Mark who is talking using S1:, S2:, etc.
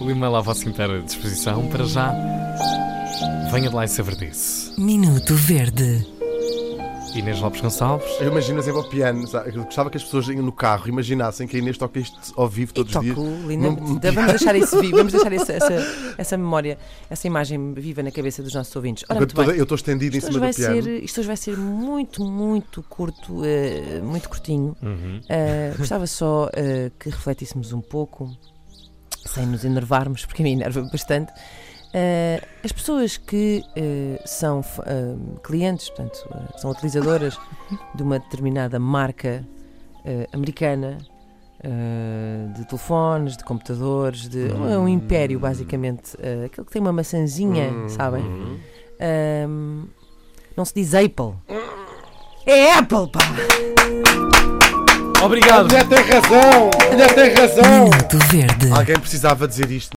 S1: O e-mail à vossa inteira disposição. Para já, venha de lá essa verdice.
S2: Minuto Verde.
S1: Inês Lopes Gonçalves.
S3: Eu imagino sempre ao piano, sabe? Eu gostava que as pessoas no carro imaginassem que a Inês toca isto ao
S2: E
S3: vivo
S2: um-
S3: todos os dias.
S2: toco
S3: Não-
S2: lindamente. Vamos deixar isso vivo, vamos deixar esse- essa, essa memória, essa imagem viva na cabeça dos nossos ouvintes. Ora,
S3: Enquanto
S2: muito bem.
S3: toda- eu estou estendido em
S2: Isto hoje,
S3: cima
S2: vai
S3: do piano.
S2: ser, isto hoje vai ser muito, muito curto, eh, muito curtinho. Eh, gostava só eh, que refletíssemos um pouco, sem nos enervarmos, porque a mim enerva bastante. Eh, as pessoas que eh, são f- eh, clientes, portanto, eh, são utilizadoras de uma determinada marca eh, americana eh, de telefones, de computadores, de é um império, basicamente. eh, aquele que tem uma maçãzinha,
S3: Hum,
S2: sabem? Ahm, não se diz Apple. É Apple, pá!
S1: Obrigado!
S3: Mulher tem razão! Mulher tem razão!
S2: Minuto Verde.
S3: Alguém precisava dizer isto.